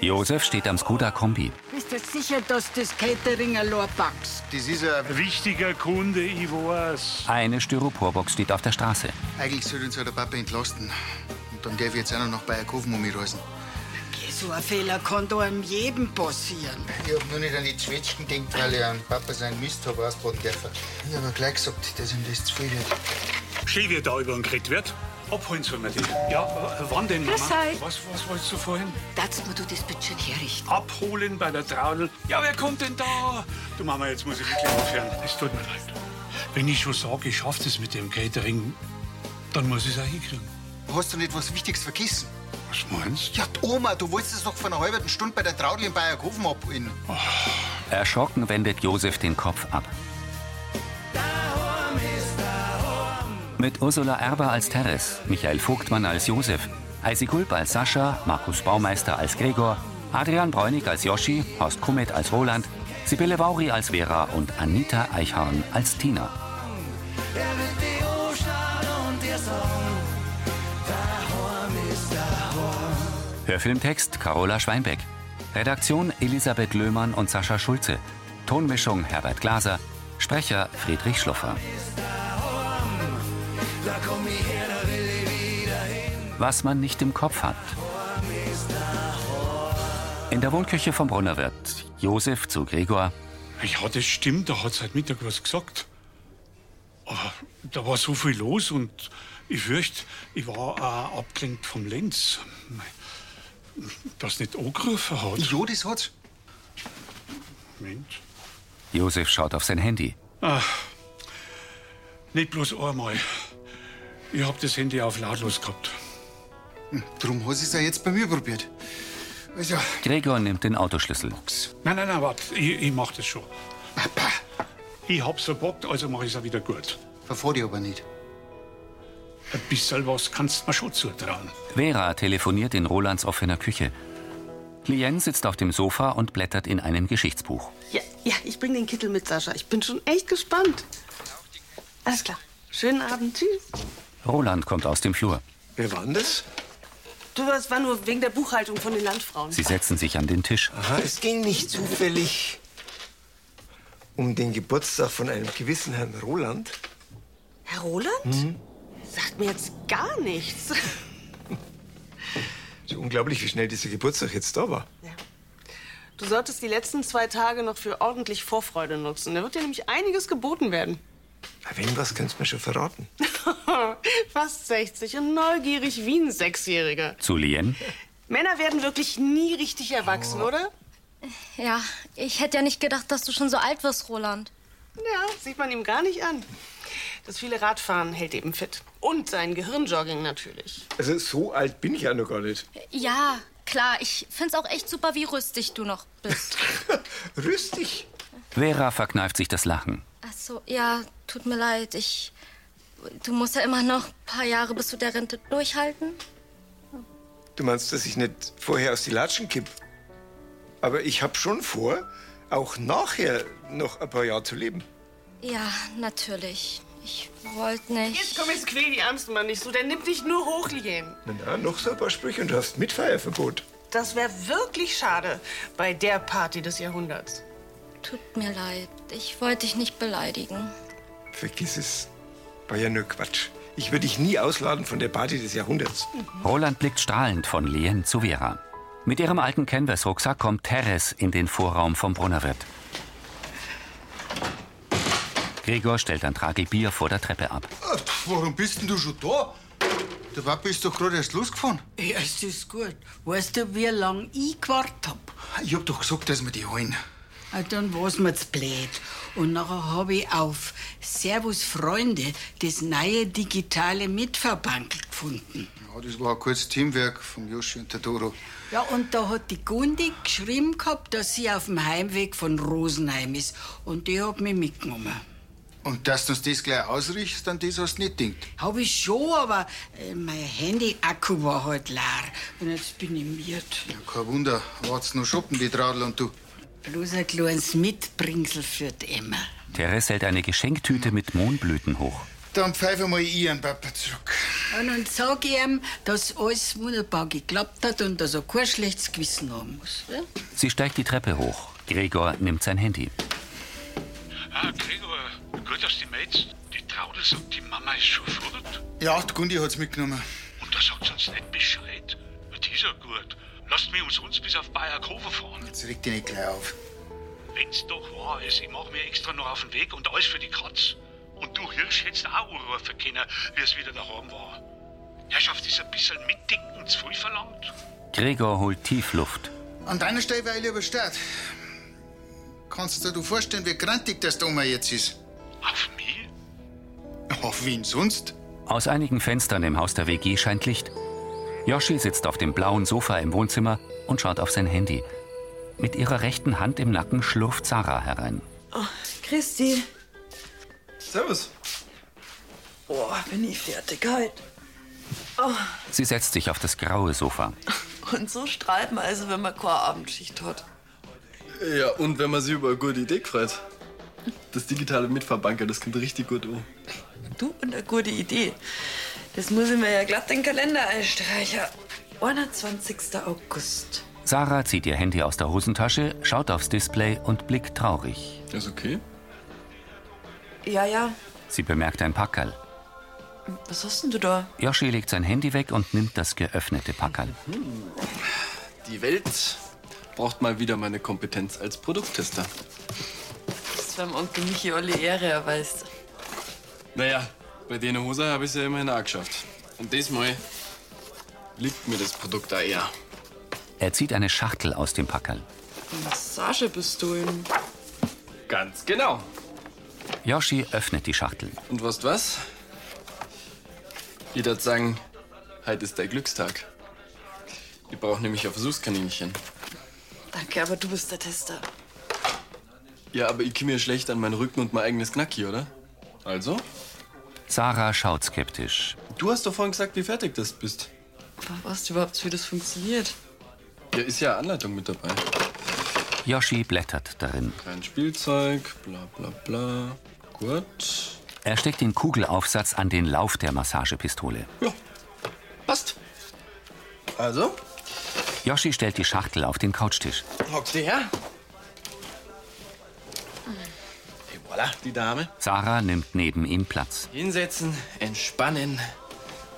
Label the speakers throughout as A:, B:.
A: Josef steht am Skoda-Kombi.
B: Bist du sicher, dass das Catering allein packst?
C: Das ist ein
D: Wichtiger Kunde, ich weiß.
A: Eine Styroporbox steht auf der Straße.
C: Eigentlich soll uns ja der Papa entlasten. Und dann darf ich jetzt auch noch nach Bayerkofen um umreisen.
B: So ein Fehler kann da einem jedem passieren.
C: Ich hab nur nicht an die Zwetschgen gedacht, weil ich an Papa seinen Mist hab ausbauen dürfen. Ich hab aber gleich gesagt, dass ihm das zu viel wird.
D: Schön, wie da über den Krit wird. Abholen sollen wir die. Ja, äh, wann denn, Mama?
E: Grüß euch.
D: Was, was wolltest du vorhin?
E: Darfst mir du das Budget herrichten?
D: Abholen bei der Traudel. Ja, wer kommt denn da? Du Mama, jetzt muss ich wirklich aufhören. Es tut mir leid. Wenn ich schon sage, ich schaff das mit dem Catering, dann muss ich es auch hinkriegen.
C: Hast du nicht was Wichtiges vergessen?
D: Was meinst
C: Ja, die Oma, du wolltest es doch vor einer halben Stunde bei der Traudel in Bayerkofen abholen.
D: Ah.
A: Erschrocken wendet Josef den Kopf ab. Mit Ursula Erber als Teres, Michael Vogtmann als Josef, Heisi Kulb als Sascha, Markus Baumeister als Gregor, Adrian Bräunig als Joschi, Horst Kummet als Roland, Sibylle Vauri als Vera und Anita Eichhorn als Tina. Hörfilmtext Carola Schweinbeck. Redaktion Elisabeth Löhmann und Sascha Schulze. Tonmischung Herbert Glaser. Sprecher Friedrich Schluffer. Was man nicht im Kopf hat. In der Wohnküche vom Brunnerwirt. Josef zu Gregor.
D: Ja, das stimmt, da hat seit Mittag was gesagt. Aber da war so viel los und ich fürchte, ich war auch abgelenkt vom Lenz. Das nicht angegriffen hat.
C: Jo, das hat's.
D: Mensch.
A: Josef schaut auf sein Handy.
D: Ach, nicht bloß einmal. Ich hab das Handy auf lautlos gehabt.
C: Hm, Drum hast du es ja jetzt bei mir probiert. Also,
A: Gregor nimmt den Autoschlüssel.
D: Nein, nein, nein, warte, ich, ich mach das schon.
C: Papa,
D: Ich hab's verbockt, also mach ich's auch wieder gut.
C: verfahr dich aber nicht.
D: Ein bisschen was kannst du mir schon zutrauen.
A: Vera telefoniert in Rolands offener Küche. Lien sitzt auf dem Sofa und blättert in einem Geschichtsbuch.
F: Ja, ja, ich bring den Kittel mit, Sascha. Ich bin schon echt gespannt. Alles klar. Schönen Abend. Tschüss.
A: Roland kommt aus dem Flur.
G: Wer war denn das?
F: Du, das war nur wegen der Buchhaltung von den Landfrauen.
A: Sie setzen sich an den Tisch.
G: Aha, es ging nicht zufällig um den Geburtstag von einem gewissen Herrn Roland.
F: Herr Roland?
G: Mhm.
F: Sagt mir jetzt gar nichts.
G: So unglaublich, wie schnell dieser Geburtstag jetzt da war.
F: Du solltest die letzten zwei Tage noch für ordentlich Vorfreude nutzen. Da wird dir nämlich einiges geboten werden.
G: Na, Wem was kannst du mir schon verraten?
F: Fast 60 und neugierig wie ein Sechsjähriger.
A: Zu Lien.
F: Männer werden wirklich nie richtig
G: Oh.
F: erwachsen, oder?
E: Ja, ich hätte ja nicht gedacht, dass du schon so alt wirst, Roland.
F: Ja, sieht man ihm gar nicht an. Das viele Radfahren hält eben fit. Und sein Gehirnjogging natürlich.
G: Also so alt bin ich ja noch gar nicht.
E: Ja, klar, ich find's auch echt super, wie rüstig du noch bist.
G: Rüstig.
A: Vera verkneift sich das Lachen.
E: Ach so, ja, tut mir leid, ich... Du musst ja immer noch ein paar Jahre bis zu der Rente durchhalten.
G: Du meinst, dass ich nicht vorher aus die Latschen kipp? Aber ich habe schon vor, auch nachher noch ein paar Jahre zu leben.
E: Ja, natürlich. Ich wollte nicht...
F: Jetzt komm, jetzt quäl die Ärmsten mal nicht so. Der nimmt dich nur hoch, Lien.
G: Na, na, noch so ein paar Sprüche und du hast Mitfeierverbot.
F: Das wäre wirklich schade bei der Party des Jahrhunderts.
E: Tut mir leid, ich wollte dich nicht beleidigen.
G: Vergiss es. War ja nur Quatsch. Ich würde dich nie ausladen von der Party des Jahrhunderts.
A: Roland blickt strahlend von Lien zu Vera. Mit ihrem alten Canvas-Rucksack kommt Teres in den Vorraum vom Brunnerwirt. Gregor stellt ein Tragel Bier vor der Treppe ab.
C: Ah, pf, Warum bist denn du schon da? Der Papa ist doch gerade erst losgefahren.
B: Ja, es ist gut. Weißt du, wie lang ich gewartet hab?
C: Ich hab doch gesagt, dass wir die holen.
B: Ah, Dann war's mir zu blöd. Und nachher hab ich auf Servus Freunde das neue digitale Mitverbankel gefunden.
C: Ja, das war ein kurzes Teamwerk von Joschi und der Doro.
B: Ja, und da hat die Gundi geschrieben gehabt, dass sie auf dem Heimweg von Rosenheim ist. Und die hat mich mitgenommen.
C: Und dass du uns das gleich ausrichtest, an das hast du nicht gedacht.
B: Hab ich schon, aber äh, mein Handy-Akku war halt leer. Und jetzt bin ich miert.
C: Ja, kein Wunder. Wart's noch shoppen, die Tradel und du.
B: Bloß ein kleines Mitbringsel für die Emma.
A: Teres hält eine Geschenktüte mit Mohnblüten hoch.
C: Dann pfeife mal ich an Papa zurück.
B: Und dann sag ich ihm, dass alles wunderbar geklappt hat und dass er kein schlechtes Gewissen haben muss. Ja?
A: Sie steigt die Treppe hoch. Gregor nimmt sein Handy.
D: Ah, Gregor, gut, dass die Mädels, die Traudel sagt, die Mama ist schon fort.
C: Ja, die Gundi hat's mitgenommen.
D: Und da sagt sie uns nicht Bescheid. Das ist ja gut. Lasst mich umsonst bis auf Bayerkofer fahren.
C: Jetzt reg dich nicht gleich auf.
D: Wenn's doch wahr ist, ich mach mir extra noch auf den Weg und alles für die Katz. Und du Hirsch hättest auch anrufen können, wie es wieder daheim war. Herrschaft ist ein bisschen mitdenken zu viel verlangt.
A: Gregor holt tief Luft.
C: An deiner Stelle wäre ich lieber statt. Kannst du dir vorstellen, wie grantig das da oben jetzt ist?
D: Auf mich?
C: Auf wen sonst?
A: Aus einigen Fenstern im Haus der WG scheint Licht. Yoshi sitzt auf dem blauen Sofa im Wohnzimmer und schaut auf sein Handy. Mit ihrer rechten Hand im Nacken schlurft Sarah herein.
H: Oh, Christi,
G: Servus.
H: boah, bin ich fertig heute. Oh,
A: Sie setzt sich auf das graue Sofa.
H: Und so strahlt man also, wenn man keine Abendschicht hat.
I: Ja, und wenn man sich über eine gute Idee freut. Das digitale Mitfahrbanker, das kommt richtig gut um.
H: Du und eine gute Idee. Das muss ich mir ja glatt in den Kalender einstreichen. 21. August.
A: Sarah zieht ihr Handy aus der Hosentasche, schaut aufs Display und blickt traurig.
I: Ist okay.
H: Ja, ja.
A: Sie bemerkt ein Packerl.
H: Was hast denn du da?
A: Yoshi legt sein Handy weg und nimmt das geöffnete Packerl.
I: Die Welt braucht mal wieder meine Kompetenz als Produkttester.
H: Das ist beim Onkel Michi alle Ehre erweist.
I: Naja, bei denen Hose habe ich es ja immerhin auch geschafft. Und diesmal liegt mir das Produkt da eher.
A: Er zieht eine Schachtel aus dem Packerl.
H: Massagepistolen.
I: Ganz genau.
A: Yoshi öffnet die Schachtel.
I: Und weißt was? Ich würde sagen, heute ist der Glückstag. Ich brauche nämlich ein Versuchskaninchen.
H: Danke, aber du bist der Tester.
I: Ja, aber ich komme mir schlecht an meinen Rücken und mein eigenes Knacki, oder? Also?
A: Sarah schaut skeptisch.
I: Du hast doch vorhin gesagt, wie fertig das bist.
H: Was überhaupt, wie das funktioniert?
I: Ja, ist ja eine Anleitung mit dabei.
A: Yoshi blättert darin.
I: Kein Spielzeug, bla bla bla. Gut.
A: Er steckt den Kugelaufsatz an den Lauf der Massagepistole.
I: Ja, passt. Also,
A: Yoshi stellt die Schachtel auf den Couchtisch.
I: hockst du her. Et voilà, die Dame.
A: Sarah nimmt neben ihm Platz.
I: Hinsetzen, entspannen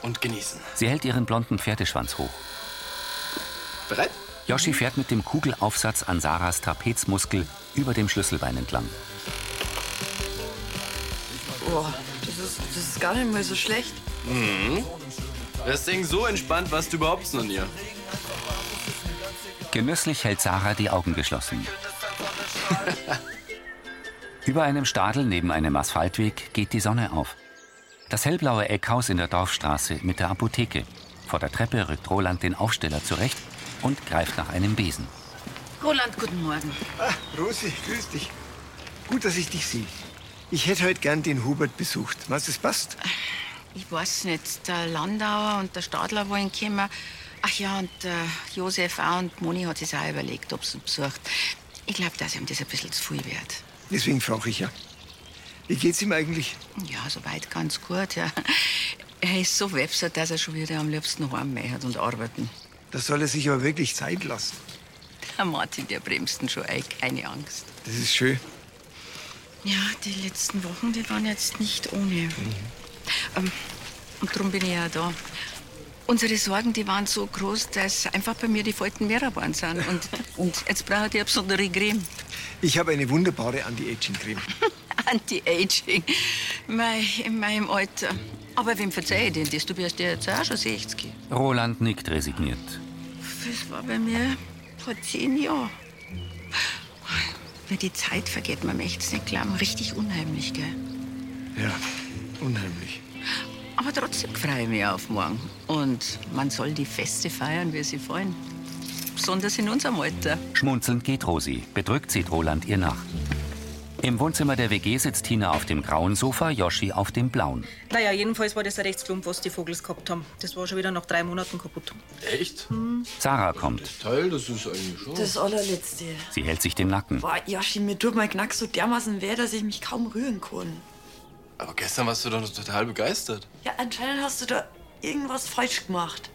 I: und genießen.
A: Sie hält ihren blonden Pferdeschwanz hoch.
I: Bereit?
A: Yoshi fährt mit dem Kugelaufsatz an Sarahs Trapezmuskel über dem Schlüsselbein entlang.
H: Boah, Oh, das ist, das ist gar nicht mal so schlecht.
I: Mhm. Das Ding so entspannt warst du überhaupt noch nie.
A: Genüsslich hält Sarah die Augen geschlossen. Über einem Stadel neben einem Asphaltweg geht die Sonne auf. Das hellblaue Eckhaus in der Dorfstraße mit der Apotheke. Vor der Treppe rückt Roland den Aufsteller zurecht und greift nach einem Besen.
B: Roland, guten Morgen.
G: Ah, Rosi, grüß dich. Gut, dass ich dich sehe. Ich hätte heute gern den Hubert besucht. Was es passt?
J: Ich weiß nicht, der Landauer und der Stadler wollen kommen. Ach ja, und der Josef auch und Moni hat sich auch überlegt, ob sie ihn besucht. Ich glaube, dass ihm das ein bisschen zu viel wird.
G: Deswegen frage ich ja. Wie geht's ihm eigentlich?
J: Ja, soweit ganz gut, ja. Er ist so websert, dass er schon wieder am liebsten heimgehen hat und arbeiten.
G: Da soll er sich aber wirklich Zeit lassen.
J: Der Martin, der bremst ihn schon ein, keine Angst.
G: Das ist schön.
J: Ja, die letzten Wochen, die waren jetzt nicht ohne. Ähm, und darum bin ich ja da. Unsere Sorgen, die waren so groß, dass einfach bei mir die Falten mehrer waren sind. Und, und jetzt braucht ihr eine besondere Creme.
G: Ich habe eine wunderbare Anti-Aging-Creme.
J: Anti-Aging. Mei, in meinem Alter. Aber wem verzeihe ich denn das? Du bist ja jetzt auch schon 60.
A: Roland nickt resigniert.
J: Das war bei mir vor zehn Jahren. Weil die Zeit vergeht, man möchte es nicht glauben. Richtig unheimlich, gell?
G: Ja, unheimlich.
J: Aber trotzdem freue ich mich auf morgen. Und man soll die Feste feiern, wie sie fallen. Besonders in unserem Alter.
A: Schmunzelnd geht Rosi. Bedrückt sieht Roland ihr nach. Im Wohnzimmer der WG sitzt Tina auf dem grauen Sofa, Yoshi auf dem blauen.
K: Naja, jedenfalls war das ein Rechtsklump, was die Vogels gehabt haben. Das war schon wieder nach drei Monaten kaputt.
I: Echt?
A: Sarah kommt.
I: Teil, das ist eigentlich schon.
H: Das allerletzte.
A: Sie hält sich den Nacken.
H: Boah, Yoshi, mir tut mein Knack so dermaßen weh, dass ich mich kaum rühren kann.
I: Aber gestern warst du doch noch total begeistert.
H: Ja, anscheinend hast du da irgendwas falsch gemacht.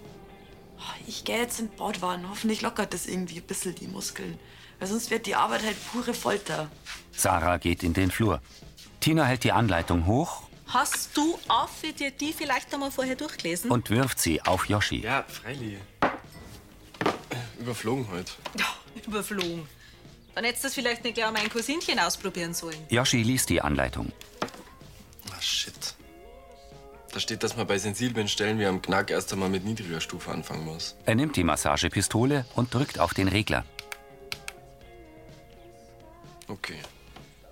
H: Ich gehe jetzt in Bordwaren. Hoffentlich lockert das irgendwie ein bisschen die Muskeln. Weil sonst wird die Arbeit halt pure Folter.
A: Sarah geht in den Flur. Tina hält die Anleitung hoch
K: Hast du auf für dir die vielleicht einmal vorher durchgelesen?
A: und wirft sie auf Yoshi.
I: Ja, freilich. Überflogen heute.
K: Überflogen. Dann hättest du das vielleicht nicht gleich mein Cousinchen ausprobieren sollen.
A: Yoshi liest die Anleitung.
I: Ah, shit. Da steht, dass man bei sensiblen Stellen wie am Knack erst einmal mit niedriger Stufe anfangen muss.
A: Er nimmt die Massagepistole und drückt auf den Regler.
I: Okay.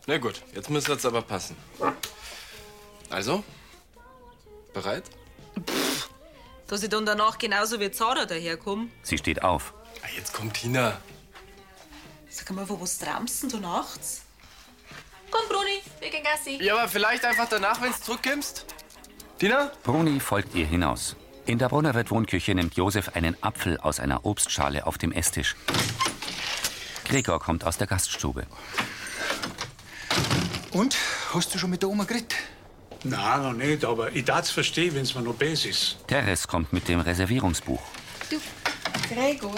I: Na gut, jetzt müsste es aber passen. Also? Bereit?
K: Dass ich dann danach genauso wie Zara daherkomme.
A: Sie steht auf.
I: Ah, Jetzt kommt Tina.
K: Sag mal, wo was tramst denn du nachts? Komm, Bruni, wir gehen Gassi.
I: Ja, aber vielleicht einfach danach, wenn du zurückkommst. Tina?
A: Bruni folgt ihr hinaus. In der Brunnerwirt Wohnküche nimmt Josef einen Apfel aus einer Obstschale auf dem Esstisch. Gregor kommt aus der Gaststube.
D: Und? Hast du schon mit der Oma geredet? Nein, noch nicht, aber ich darf's verstehen, wenn's mir noch besser ist.
A: Teres kommt mit dem Reservierungsbuch.
B: Gregor,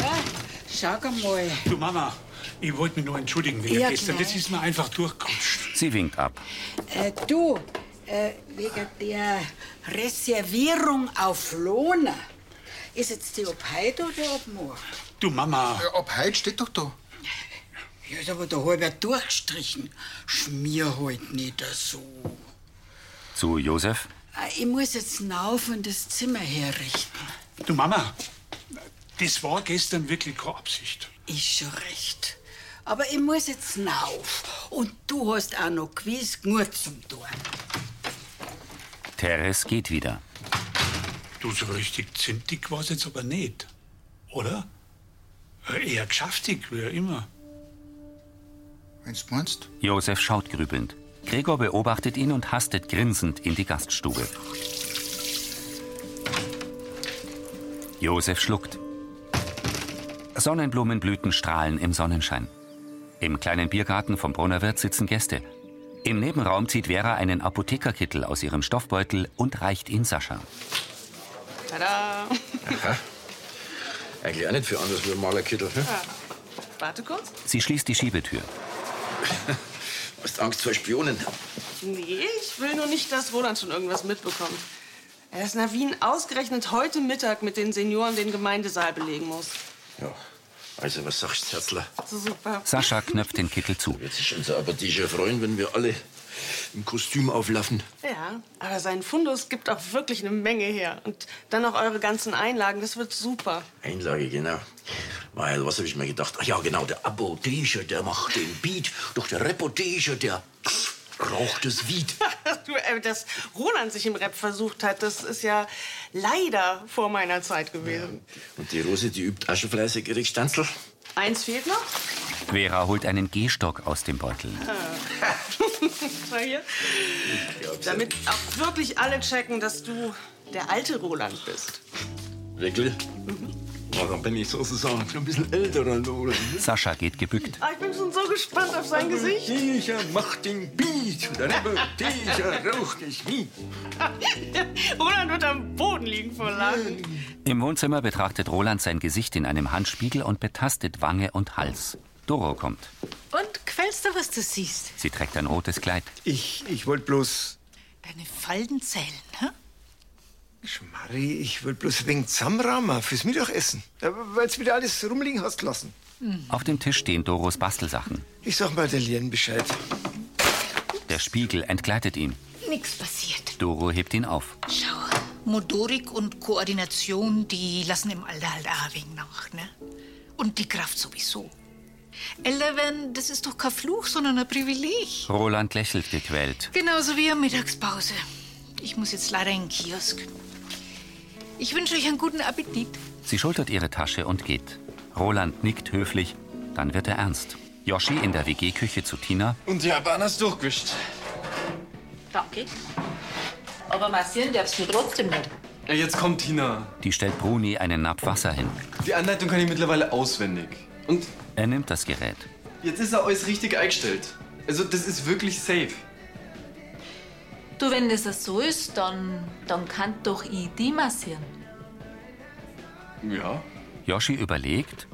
B: schau mal.
D: Du Mama, ich wollte mich nur entschuldigen wegen
B: Ja,
D: gestern.
B: genau.
D: Das ist mir einfach durchgerutscht.
A: Sie winkt ab.
B: Äh, du, äh, wegen der Reservierung auf Lohner. Ist jetzt die ob heute oder ob morgen?
D: Du Mama.
B: Ob heute steht doch da. Ja, ist aber der halber durchgestrichen. Schmier halt nicht so.
A: Zu Josef.
B: Ah, Ich muss jetzt rauf und das Zimmer herrichten.
D: Du Mama, das war gestern wirklich keine Absicht.
B: Ist schon recht. Aber ich muss jetzt rauf. Und du hast auch noch gewiss genug zum Tun.
A: Teres geht wieder.
D: Du, so richtig zimtig war's jetzt aber nicht. Oder? Äh, Eher geschäftig, wie auch immer.
C: Wenn's meinst.
A: Josef schaut grübelnd. Gregor beobachtet ihn und hastet grinsend in die Gaststube. Josef schluckt. Sonnenblumenblüten strahlen im Sonnenschein. Im kleinen Biergarten vom Brunnerwirt sitzen Gäste. Im Nebenraum zieht Vera einen Apothekerkittel aus ihrem Stoffbeutel und reicht ihn Sascha.
F: Tada!
L: Aha. Eigentlich auch nicht viel anders wie ein Malerkittel. Ne?
F: Ja. Warte kurz.
A: Sie schließt die Schiebetür.
L: Hast Angst vor Spionen?
F: Nee, ich will nur nicht, dass Roland schon irgendwas mitbekommt. Er ist Navin ausgerechnet heute Mittag mit den Senioren den Gemeindesaal belegen muss.
L: Ja. Also, was sagst du, Herzler?
F: So super.
A: Scha knöpft den Kittel zu.
L: Wird sich unser Abertischer freuen, wenn wir alle im Kostüm auflaufen.
F: Ja, aber sein Fundus gibt auch wirklich eine Menge her. Und dann noch eure ganzen Einlagen, das wird super.
L: Einlage, genau. Weil, was habe ich mir gedacht? Ach ja, genau, der Apotheker, der macht den Beat. Doch der Reporteger, der raucht das Wied.
F: Du, äh, Dass Roland sich im Rap versucht hat, das ist ja leider vor meiner Zeit gewesen.
L: Und die Rose, die übt auch schon fleißig ihre Stanzel.
F: Eins fehlt noch.
A: Vera holt einen Gehstock aus dem Beutel.
F: Ah. Äh. Schau hier. Damit auch wirklich alle checken, dass du der alte Roland bist.
L: Wirklich? Mhm. Ja, dann bin ich sozusagen schon ein bisschen älter an Roland.
A: Sascha geht gebückt.
F: Ah, ich bin schon so gespannt auf sein Gesicht.
L: Apotheker macht den Beat. Der Apotheker raucht das Wied.
F: Roland wird am Boden liegen vor Lachen.
A: Im Wohnzimmer betrachtet Roland sein Gesicht in einem Handspiegel und betastet Wange und Hals. Doro kommt.
M: Und quälst du, was du siehst?
A: Sie trägt ein rotes Kleid.
G: Ich, ich wollte bloß.
M: Deine Falden zählen, hä?
G: Mari, ich wollte bloß wegen Zamrama fürs Mittagessen. Weil du wieder alles rumliegen hast lassen.
A: Auf dem Tisch stehen Doros Bastelsachen.
G: Ich sag mal der Lien Bescheid.
A: Der Spiegel entgleitet ihm.
M: Nix passiert.
A: Doro hebt ihn auf.
M: Schau, Motorik und Koordination, die lassen im Alter halt auch ein wenig nach, ne? Und die Kraft sowieso. Älter werden, das ist doch kein Fluch, sondern ein Privileg.
A: Roland lächelt gequält.
M: Genauso wie eine Mittagspause. Ich muss jetzt leider in den Kiosk. Ich wünsche euch einen guten Appetit.
A: Sie schultert ihre Tasche und geht. Roland nickt höflich, dann wird er ernst. Yoshi in der WG-Küche zu Tina.
I: Und die Habanas durchgewischt.
K: Danke. Aber massieren darfst du trotzdem nicht.
I: Ja, jetzt kommt Tina.
A: Die stellt Bruni einen Napf Wasser hin.
I: Die Anleitung kann ich mittlerweile auswendig. Und
A: Er nimmt das Gerät.
I: jetzt ist er alles richtig eingestellt. Also, das ist wirklich safe.
K: Du, wenn das so ist, dann, dann kann doch ich die massieren.
I: Ja.
A: Yoshi überlegt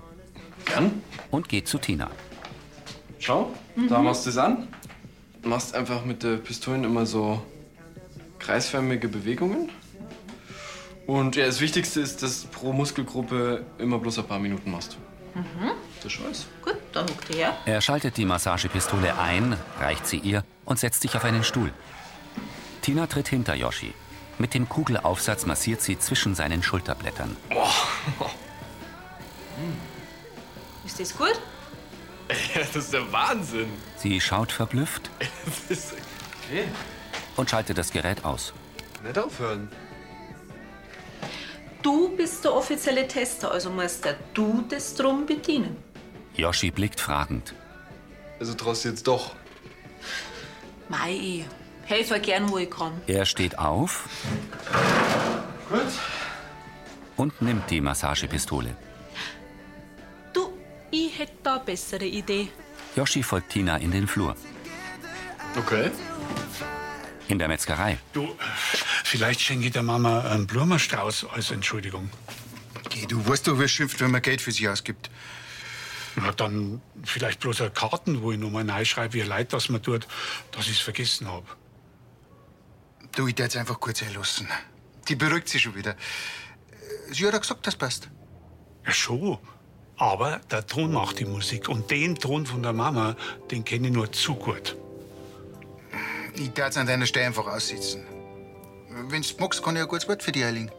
I: Gern.
A: und geht zu Tina.
I: Schau,
K: Mhm.
I: da machst du es an. Machst einfach mit der Pistolen immer so kreisförmige Bewegungen. Und ja, das Wichtigste ist, dass pro Muskelgruppe immer bloß ein paar Minuten machst.
K: Mhm.
I: Das schon alles.
K: Gut, dann huckt ihr her.
A: Er schaltet die Massagepistole ein, reicht sie ihr und setzt sich auf einen Stuhl. Tina tritt hinter Yoshi. Mit dem Kugelaufsatz massiert sie zwischen seinen Schulterblättern.
K: Ist das gut?
I: das ist der Wahnsinn.
A: Sie schaut verblüfft
I: Das ist okay.
A: und schaltet das Gerät aus.
I: Nicht aufhören.
K: Du bist der offizielle Tester, also musst du das drum bedienen.
A: Yoshi blickt fragend.
I: Also traust du jetzt doch?
K: Mei, ich helfe gern, wo ich kann.
A: Er steht auf und nimmt die Massagepistole.
K: Du, ich hätte da eine bessere Idee.
A: Yoshi folgt Tina in den Flur.
I: Okay.
A: In der Metzgerei.
D: Du, vielleicht schenke ich der Mama einen Blumenstrauß als Entschuldigung.
C: Geh, du weißt doch, wer schimpft, wenn man Geld für sie ausgibt.
D: Na, dann vielleicht bloß eine Karten, wo ich nochmal reinschreibe, wie leid das mir tut, dass ich es vergessen habe.
C: Du, ich jetzt einfach kurz einlassen. Die beruhigt sich schon wieder. Äh, Sie hat ja gesagt, das passt.
D: Ja, schon. Aber der Ton macht die Musik. Und den Ton von der Mama, den kenne ich nur zu gut.
C: Ich darf an deiner Stelle einfach aussitzen. Wenn's magst, kann ich ein gutes Wort für dich einlegen.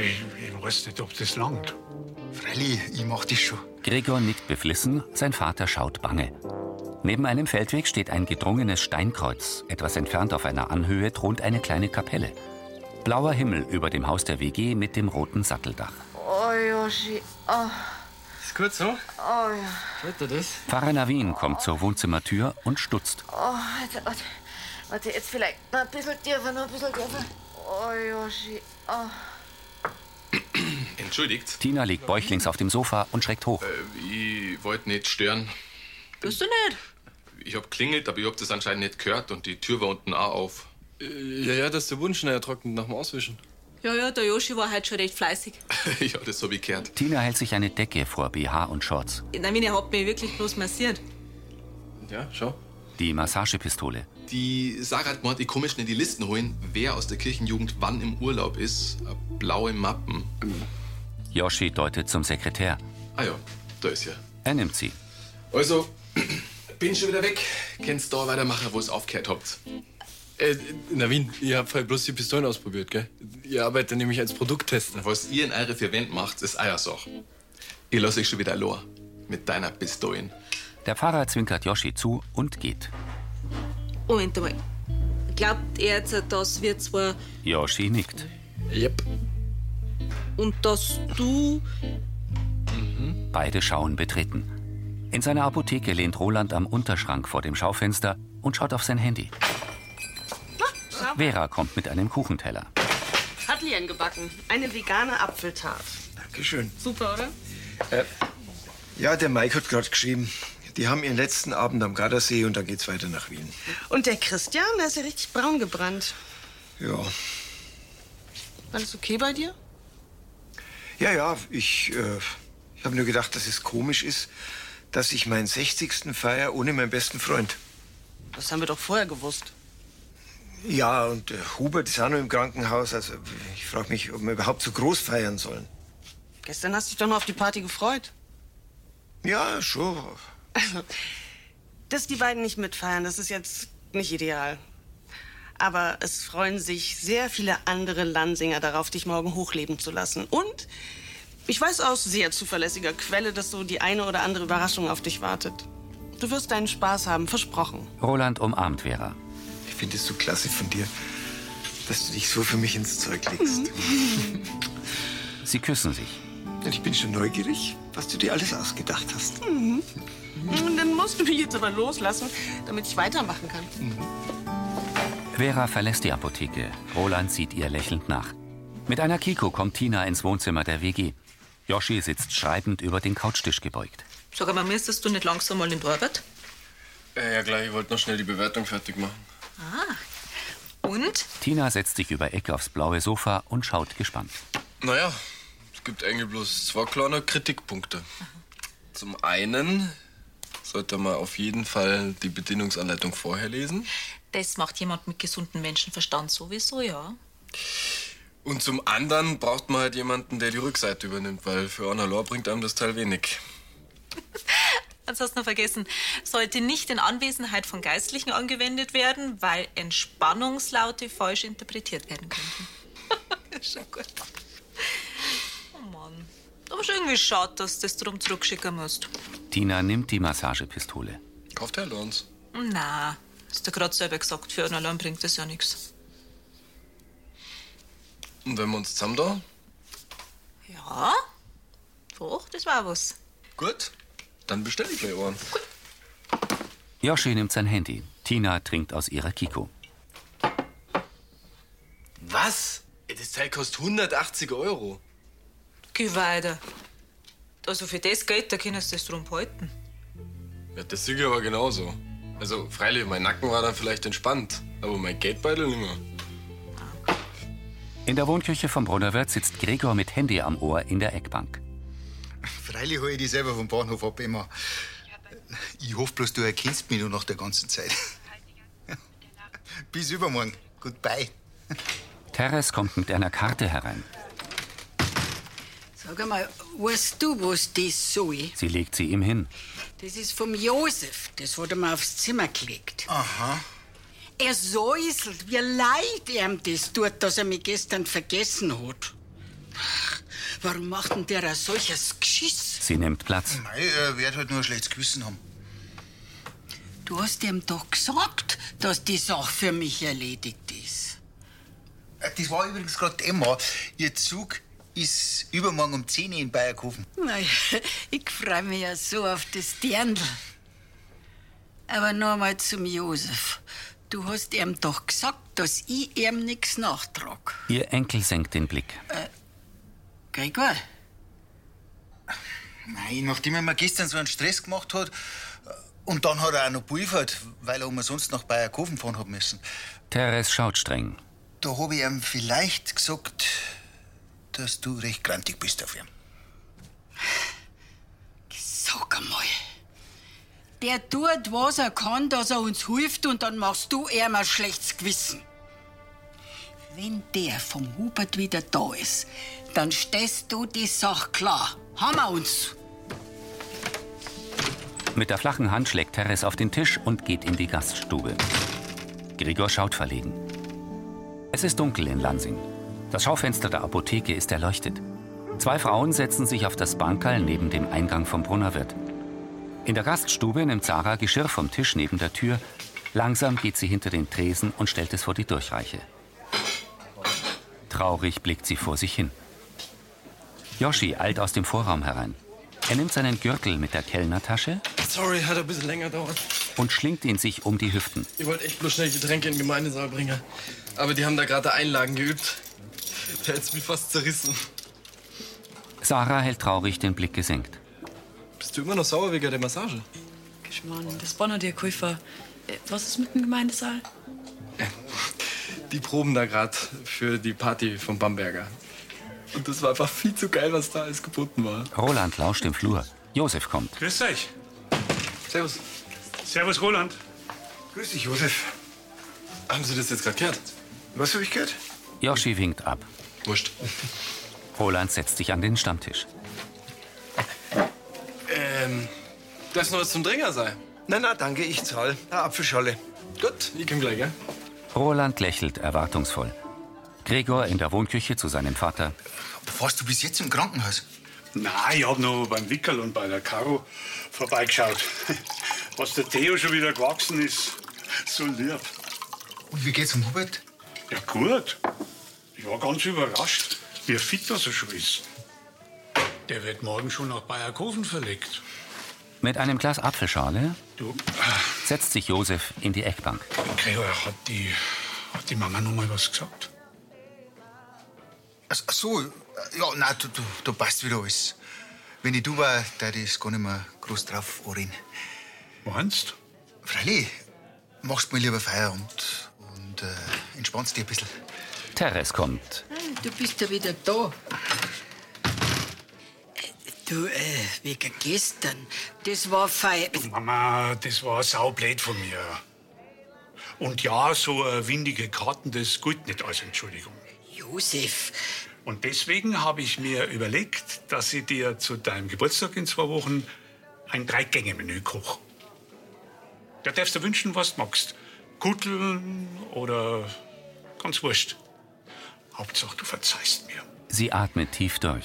D: Ich, ich weiß nicht, ob das langt.
C: Freilich, ich mach das schon.
A: Gregor nickt beflissen, sein Vater schaut bange. Neben einem Feldweg steht ein gedrungenes Steinkreuz. Etwas entfernt auf einer Anhöhe thront eine kleine Kapelle. Blauer Himmel über dem Haus der WG mit dem roten Satteldach.
E: Oh, Yoshi. Oh,
I: Ist gut so?
E: oh ja.
I: Hört ihr das?
A: Pfarrer Navin kommt zur Wohnzimmertür und stutzt.
E: Oh, warte, warte. Warte, jetzt vielleicht noch ein bisschen tiefer, noch ein bisschen tiefer. Oh, Yoshi. Oh.
I: Entschuldigt.
A: Tina liegt bäuchlings auf dem Sofa und schreckt hoch.
N: Äh,
I: Ich wollte nicht stören.
K: Bist du nicht?
N: Ich hab klingelt, aber ich hab das anscheinend nicht gehört und die Tür war unten auch auf.
I: Äh, Ja, ja, dass der Wunsch schneller trocknet nach dem Auswischen.
K: Ja, ja, der Yoshi war heute schon recht fleißig.
I: ja, das hab ich gehört.
A: Tina hält sich eine Decke vor BH und Shorts.
K: Nein, er hat mich wirklich bloß massiert.
I: Ja, schau.
A: Die Massagepistole.
N: Die Sarah hat gemeint, ich komme schnell die Listen holen, wer aus der Kirchenjugend wann im Urlaub ist. Blaue Mappen.
A: Yoshi deutet zum Sekretär.
N: Ah ja, da ist ja.
A: Er nimmt sie.
N: Also, bin schon wieder weg. Kennst da weitermachen, wo es aufgehört habt.
I: Äh, Navin, ihr habt halt bloß die Pistolen ausprobiert, gell? Ihr arbeitet nämlich als Produkttester.
N: Was ihr in eure vier Wände macht, ist Eiersoch. Ich lasse euch schon wieder allein. Mit deiner Pistolen.
A: Der Pfarrer zwinkert Yoshi zu und geht.
K: Moment mal. Glaubt er jetzt, dass wir zwar
A: Yoshi nickt.
I: Yep.
K: und dass du.
A: Beide schauen betreten. In seiner Apotheke lehnt Roland am Unterschrank vor dem Schaufenster und schaut auf sein Handy. Vera kommt mit einem Kuchenteller.
F: Hadlien gebacken. Eine vegane Apfeltart.
G: Dankeschön.
F: Super, oder?
G: Äh, ja, der Mike hat gerade geschrieben. Die haben ihren letzten Abend am Gardasee und dann geht's weiter nach Wien.
F: Und der Christian, der ist ja richtig braun gebrannt.
G: Ja.
F: Alles okay bei dir?
G: Ja, ja, ich, äh, ich habe nur gedacht, dass es komisch ist, dass ich meinen 60. feier ohne meinen besten Freund.
F: Das haben wir doch vorher gewusst.
G: Ja, und äh, Hubert ist auch noch im Krankenhaus. Also ich frage mich, ob wir überhaupt so groß feiern sollen.
F: Gestern hast du dich doch noch auf die Party gefreut.
G: Ja, schon.
F: Also, dass die beiden nicht mitfeiern, das ist jetzt nicht ideal. Aber es freuen sich sehr viele andere Lansinger darauf, dich morgen hochleben zu lassen. Und ich weiß aus sehr zuverlässiger Quelle, dass so die eine oder andere Überraschung auf dich wartet. Du wirst deinen Spaß haben, versprochen.
A: Roland umarmt Vera.
G: Ich finde es so klasse von dir, dass du dich so für mich ins Zeug legst.
A: Sie küssen sich.
G: Und ich bin schon neugierig, was du dir alles ausgedacht hast.
F: Mhm. Und dann musst du mich jetzt aber loslassen, damit ich weitermachen kann.
A: Vera verlässt die Apotheke. Roland sieht ihr lächelnd nach. Mit einer Kiko kommt Tina ins Wohnzimmer der WG. Yoshi sitzt schreibend über den Couchtisch gebeugt.
K: Sag mal, müsstest du nicht langsam mal in die Arbeit?
I: Äh, ja, gleich, ich wollte noch schnell die Bewertung fertig machen.
K: Ah. Und? Und?
A: Tina setzt sich über Eck aufs blaue Sofa und schaut gespannt.
I: Naja, es gibt eigentlich bloß zwei kleine Kritikpunkte. Zum einen sollte man auf jeden Fall die Bedienungsanleitung vorher lesen.
K: Das macht jemand mit gesundem Menschenverstand sowieso, ja.
I: Und zum anderen braucht man halt jemanden, der die Rückseite übernimmt, weil für Honor Law bringt einem das Teil wenig.
K: Das hast du noch vergessen. Sollte nicht in Anwesenheit von Geistlichen angewendet werden, weil Entspannungslaute falsch interpretiert werden könnten. Schon gut. Oh Mann. Aber ist irgendwie schade, dass du das drum zurückschicken musst.
A: Tina nimmt die Massagepistole.
I: Kauft er Lohns?
K: Na, hast du gerade selber gesagt, für einen allein bringt das ja nichts.
I: Und wenn wir uns zusammen da?
K: Ja? Doch, das war was.
I: Gut, dann bestelle ich mir Ohren.
A: Yoshi nimmt sein Handy. Tina trinkt aus ihrer Kiko.
I: Was? Das Teil kostet 180 Euro.
K: Geh weiter. Also für das Geld, da können sie das drum behalten.
I: Ja, das sehe ich aber genauso. Also, freilich, mein Nacken war dann vielleicht entspannt, aber mein Geldbeutel nicht mehr.
A: In der Wohnküche vom Brunnerwirt sitzt Gregor mit Handy am Ohr in der Eckbank.
C: Freilich hole ich die selber vom Bahnhof ab immer. Ich hoffe bloß, du erkennst mich nur nach der ganzen Zeit. Bis übermorgen. Goodbye.
A: Teres kommt mit einer Karte herein.
B: Sag einmal, weißt du, was das soll?
A: Sie legt sie ihm hin.
B: Das ist vom Josef. Das hat er mir aufs Zimmer gelegt.
C: Aha.
B: Er säuselt, wie leid ihm das tut, dass er mich gestern vergessen hat. Warum macht denn der ein solches Geschiss?
A: Sie nimmt Platz.
C: Nein, er wird halt nur ein schlechtes Gewissen haben.
B: Du hast ihm doch gesagt, dass die Sache für mich erledigt ist.
C: Äh, Das war übrigens gerade Emma. Ihr Zug ist übermorgen um 10 Uhr in Bayerkofen.
B: Na ja, ich freue mich ja so auf das Dirndl. Aber noch einmal zum Josef. Du hast ihm doch gesagt, dass ich ihm nichts nachtrag.
A: Ihr Enkel senkt den Blick.
B: Gregor?
C: Nein, nachdem er mir gestern so einen Stress gemacht hat äh, und dann hat er auch noch pulvert, weil er umsonst nach Bayerkofen fahren hat müssen.
A: Teres schaut streng.
C: Da habe ich ihm vielleicht gesagt, dass du recht grantig bist auf ihn.
B: Sag einmal. Der tut, was er kann, dass er uns hilft und dann machst du ihm ein schlechtes Gewissen. Wenn der vom Hubert wieder da ist, dann stellst du die Sache klar. Haben wir uns.
A: Mit der flachen Hand schlägt Teres auf den Tisch und geht in die Gaststube. Gregor schaut verlegen. Es ist dunkel in Lansing. Das Schaufenster der Apotheke ist erleuchtet. Zwei Frauen setzen sich auf das Bankerl neben dem Eingang vom Brunnerwirt. In der Gaststube nimmt Sarah Geschirr vom Tisch neben der Tür. Langsam geht sie hinter den Tresen und stellt es vor die Durchreiche. Traurig blickt sie vor sich hin. Yoshi eilt aus dem Vorraum herein. Er nimmt seinen Gürtel mit der Kellnertasche
I: Sorry, hat ein bisschen länger gedauert.
A: und schlingt ihn sich um die Hüften.
I: Ich wollte echt bloß schnell Getränke in den Gemeindesaal bringen. Aber die haben da gerade Einlagen geübt. Da hätt's mich fast zerrissen.
A: Sarah hält traurig den Blick gesenkt.
I: Bist du immer noch sauer wegen der Massage?
H: Mann, das Bonner dir Käufer. Äh, Was ist mit dem Gemeindesaal?
I: Die proben da gerade für die Party vom Bamberger. Und das war einfach viel zu geil, was da alles geboten war.
A: Roland lauscht im Flur. Josef kommt.
D: Grüß euch.
I: Servus.
D: Servus, Roland.
G: Grüß dich, Josef.
I: Haben Sie das jetzt gerade gehört?
G: Was habe ich gehört?
A: Yoshi winkt ab.
I: Wurscht.
A: Roland setzt sich an den Stammtisch.
I: Ähm, das noch was zum Dringer sei.
G: Na, na, danke, ich Ah, zahle. Eine Apfelschale.
I: Gut, ich komm gleich, gell?
A: Roland lächelt erwartungsvoll. Gregor in der Wohnküche zu seinem Vater.
C: Warst du bis jetzt im Krankenhaus?
D: Na, ich hab noch beim Wickel und bei der Caro vorbeigeschaut. Was der Theo schon wieder gewachsen ist. So lieb.
C: Und wie geht's um Hubert?
D: Ja, gut. Ich war ganz überrascht, wie fit das er schon ist. Der wird morgen schon nach Bayerkofen verlegt.
A: Mit einem Glas Apfelschale
D: Du,
A: setzt sich Josef in die Eckbank.
D: Gregor, hat die, hat die Mama noch mal was gesagt?
C: Ach so, ja, nein, du, du, du passt wieder alles. Wenn ich du war, da ist gar nicht mehr groß drauf anreden.
D: Meinst
C: Freilich, machst mir lieber Feierabend. Und äh, entspannst dich ein bisschen.
A: Teres kommt.
B: Du bist ja wieder da. Du, äh, wegen gestern. Das war fei.
D: Mama, das war saublöd von mir. Und ja, so äh, windige Karten, das gilt nicht als Entschuldigung.
B: Josef.
D: Und deswegen habe ich mir überlegt, dass ich dir zu deinem Geburtstag in zwei Wochen ein Dreigänge-Menü koche. Da darfst du wünschen, was du magst. Kutteln oder ganz wurscht. Hauptsache, du verzeihst mir.
A: Sie atmet tief durch.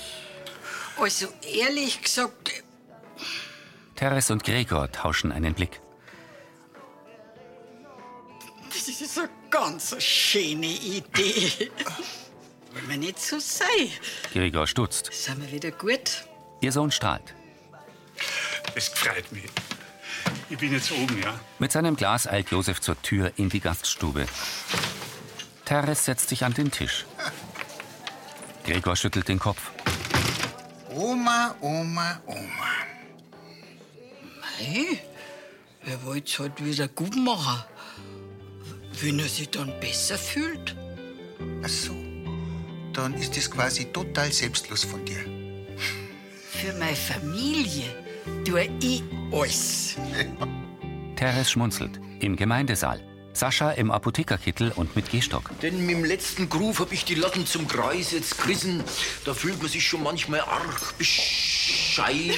B: Also ehrlich gesagt,
A: Teres und Gregor tauschen einen Blick.
B: das ist eine ganz schöne Idee. Wollen wir nicht so sein?
A: Gregor stutzt.
B: Sind wir wieder gut?
A: Ihr Sohn strahlt.
D: Das freut mich. Ich bin jetzt oben, ja?
A: Mit seinem Glas eilt Josef zur Tür in die Gaststube. Teres setzt sich an den Tisch. Gregor schüttelt den Kopf.
C: Oma, Oma, Oma.
B: Hey, wer wollte heute wieder gut machen? Wenn er sich dann besser fühlt.
C: Ach so. Dann ist das quasi total selbstlos von dir.
B: Für meine Familie tue ich alles.
A: Teres schmunzelt. Im Gemeindesaal. Sascha im Apothekerkittel und mit Gehstock.
L: Denn mit dem letzten Groove hab ich die Latten zum Kreis jetzt gerissen. Da fühlt man sich schon manchmal arg bescheiden.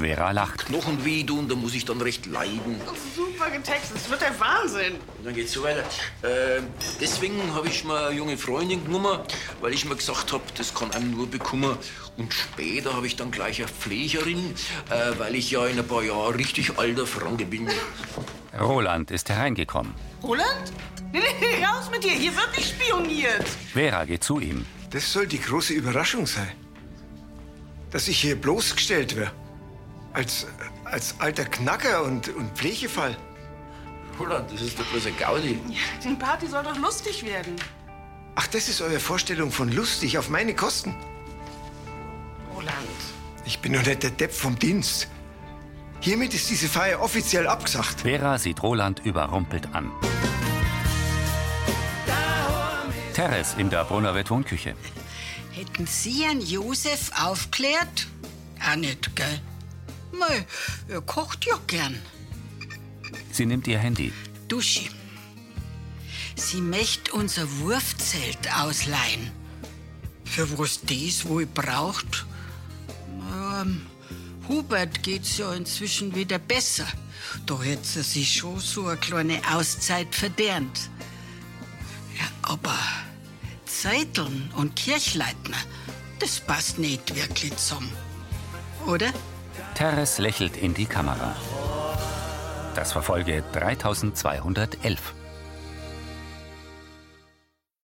A: Vera lacht.
L: Knochen wehtun, da muss ich dann recht leiden.
F: Super getextet, es wird der Wahnsinn.
L: Und dann geht's so weiter. Äh, deswegen habe ich mir eine junge Freundin genommen, weil ich mir gesagt habe, das kann einem nur bekommen. Und später habe ich dann gleich eine Pflegerin, äh, weil ich ja in ein paar Jahren richtig alter Franke bin.
A: Roland ist hereingekommen.
F: Roland? Nee, nee, nee, raus mit dir. Hier wird nicht spioniert.
A: Vera geht zu ihm.
G: Das soll die große Überraschung sein. Dass ich hier bloßgestellt werde. Als, als alter Knacker und, und Pflegefall.
L: Roland, das ist doch bloß ein Gaudi.
F: Die Party soll doch lustig werden.
G: Ach, das ist eure Vorstellung von lustig auf meine Kosten.
F: Roland.
G: Ich bin doch nicht der Depp vom Dienst. Hiermit ist diese Feier offiziell abgesagt.
A: Vera sieht Roland überrumpelt an. Teres in der Brunner Wohnküche.
B: Hätten Sie einen Josef aufklärt? Auch nicht, gell? Mei, er kocht ja gern.
A: Sie nimmt ihr Handy.
B: Duschi, sie möcht unser Wurfzelt ausleihen. Für was das wohl braucht? Ähm, Hubert geht's ja inzwischen wieder besser. Da hätte sie sich schon so eine kleine Auszeit verdient. Ja, aber Zeiteln und Kirchleitner, das passt nicht wirklich zusammen. Oder?
A: Teres lächelt in die Kamera. Das verfolge 3211.